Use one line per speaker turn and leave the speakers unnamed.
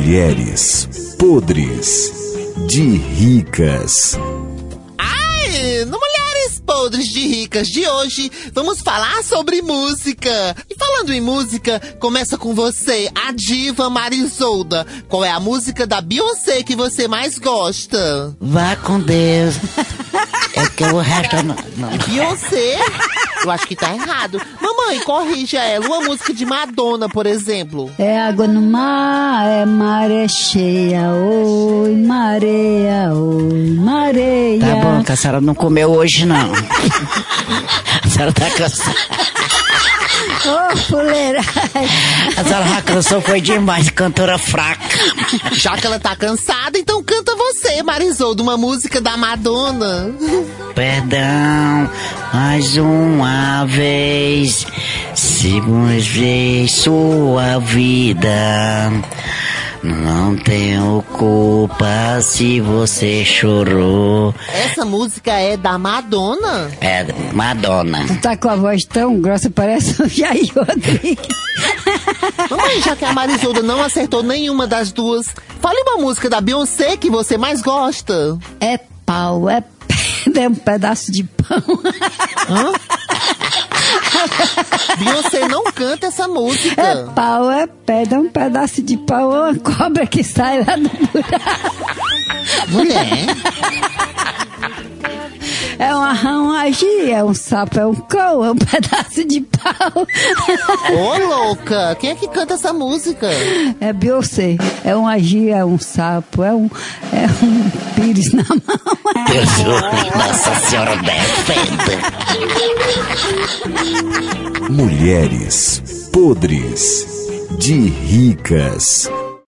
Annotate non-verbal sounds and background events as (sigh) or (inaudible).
mulheres podres de ricas.
Ai, no Mulheres Podres de Ricas de hoje, vamos falar sobre música. E falando em música, começa com você, a diva Marisolda. Qual é a música da Beyoncé que você mais gosta?
Vá com Deus. É que o resto eu não. não.
Beyoncé? Eu acho que tá errado. Mamãe, corrija ela. Uma música de Madonna, por exemplo.
É água no mar, é maré cheia, oi, mareia, oi, mareia.
Tá bom, que a senhora não comeu hoje, não. A senhora tá cansada.
Ô, fuleira.
A senhora já cansou, foi demais, cantora fraca.
Já que ela tá cansada, então canta você, Marisolda, uma música da Madonna.
Perdão, mais uma vez, segurei sua vida. Não tenho culpa se você chorou.
Essa música é da Madonna?
É, Madonna.
Tu (laughs) tá com a voz tão grossa, parece o Jair Rodrigues.
Mamãe, já que a Marisolda não acertou nenhuma das duas, fale uma música da Beyoncé que você mais gosta.
É pau, é pedra, é um pedaço de pão.
Hã? Beyoncé não canta essa música.
É pau, é pedra, é um pedaço de pau, é uma cobra que sai lá do buraco.
Mulher,
É uma rã, uma gi, é um sapo, é um cão, é um (laughs) pedaço de pau.
ô louca, quem é que canta essa música?
É Beyoncé, é um agi, é um sapo, é um, é um pires na mão.
Eu juro, Nossa Senhora defenda.
Mulheres podres de ricas.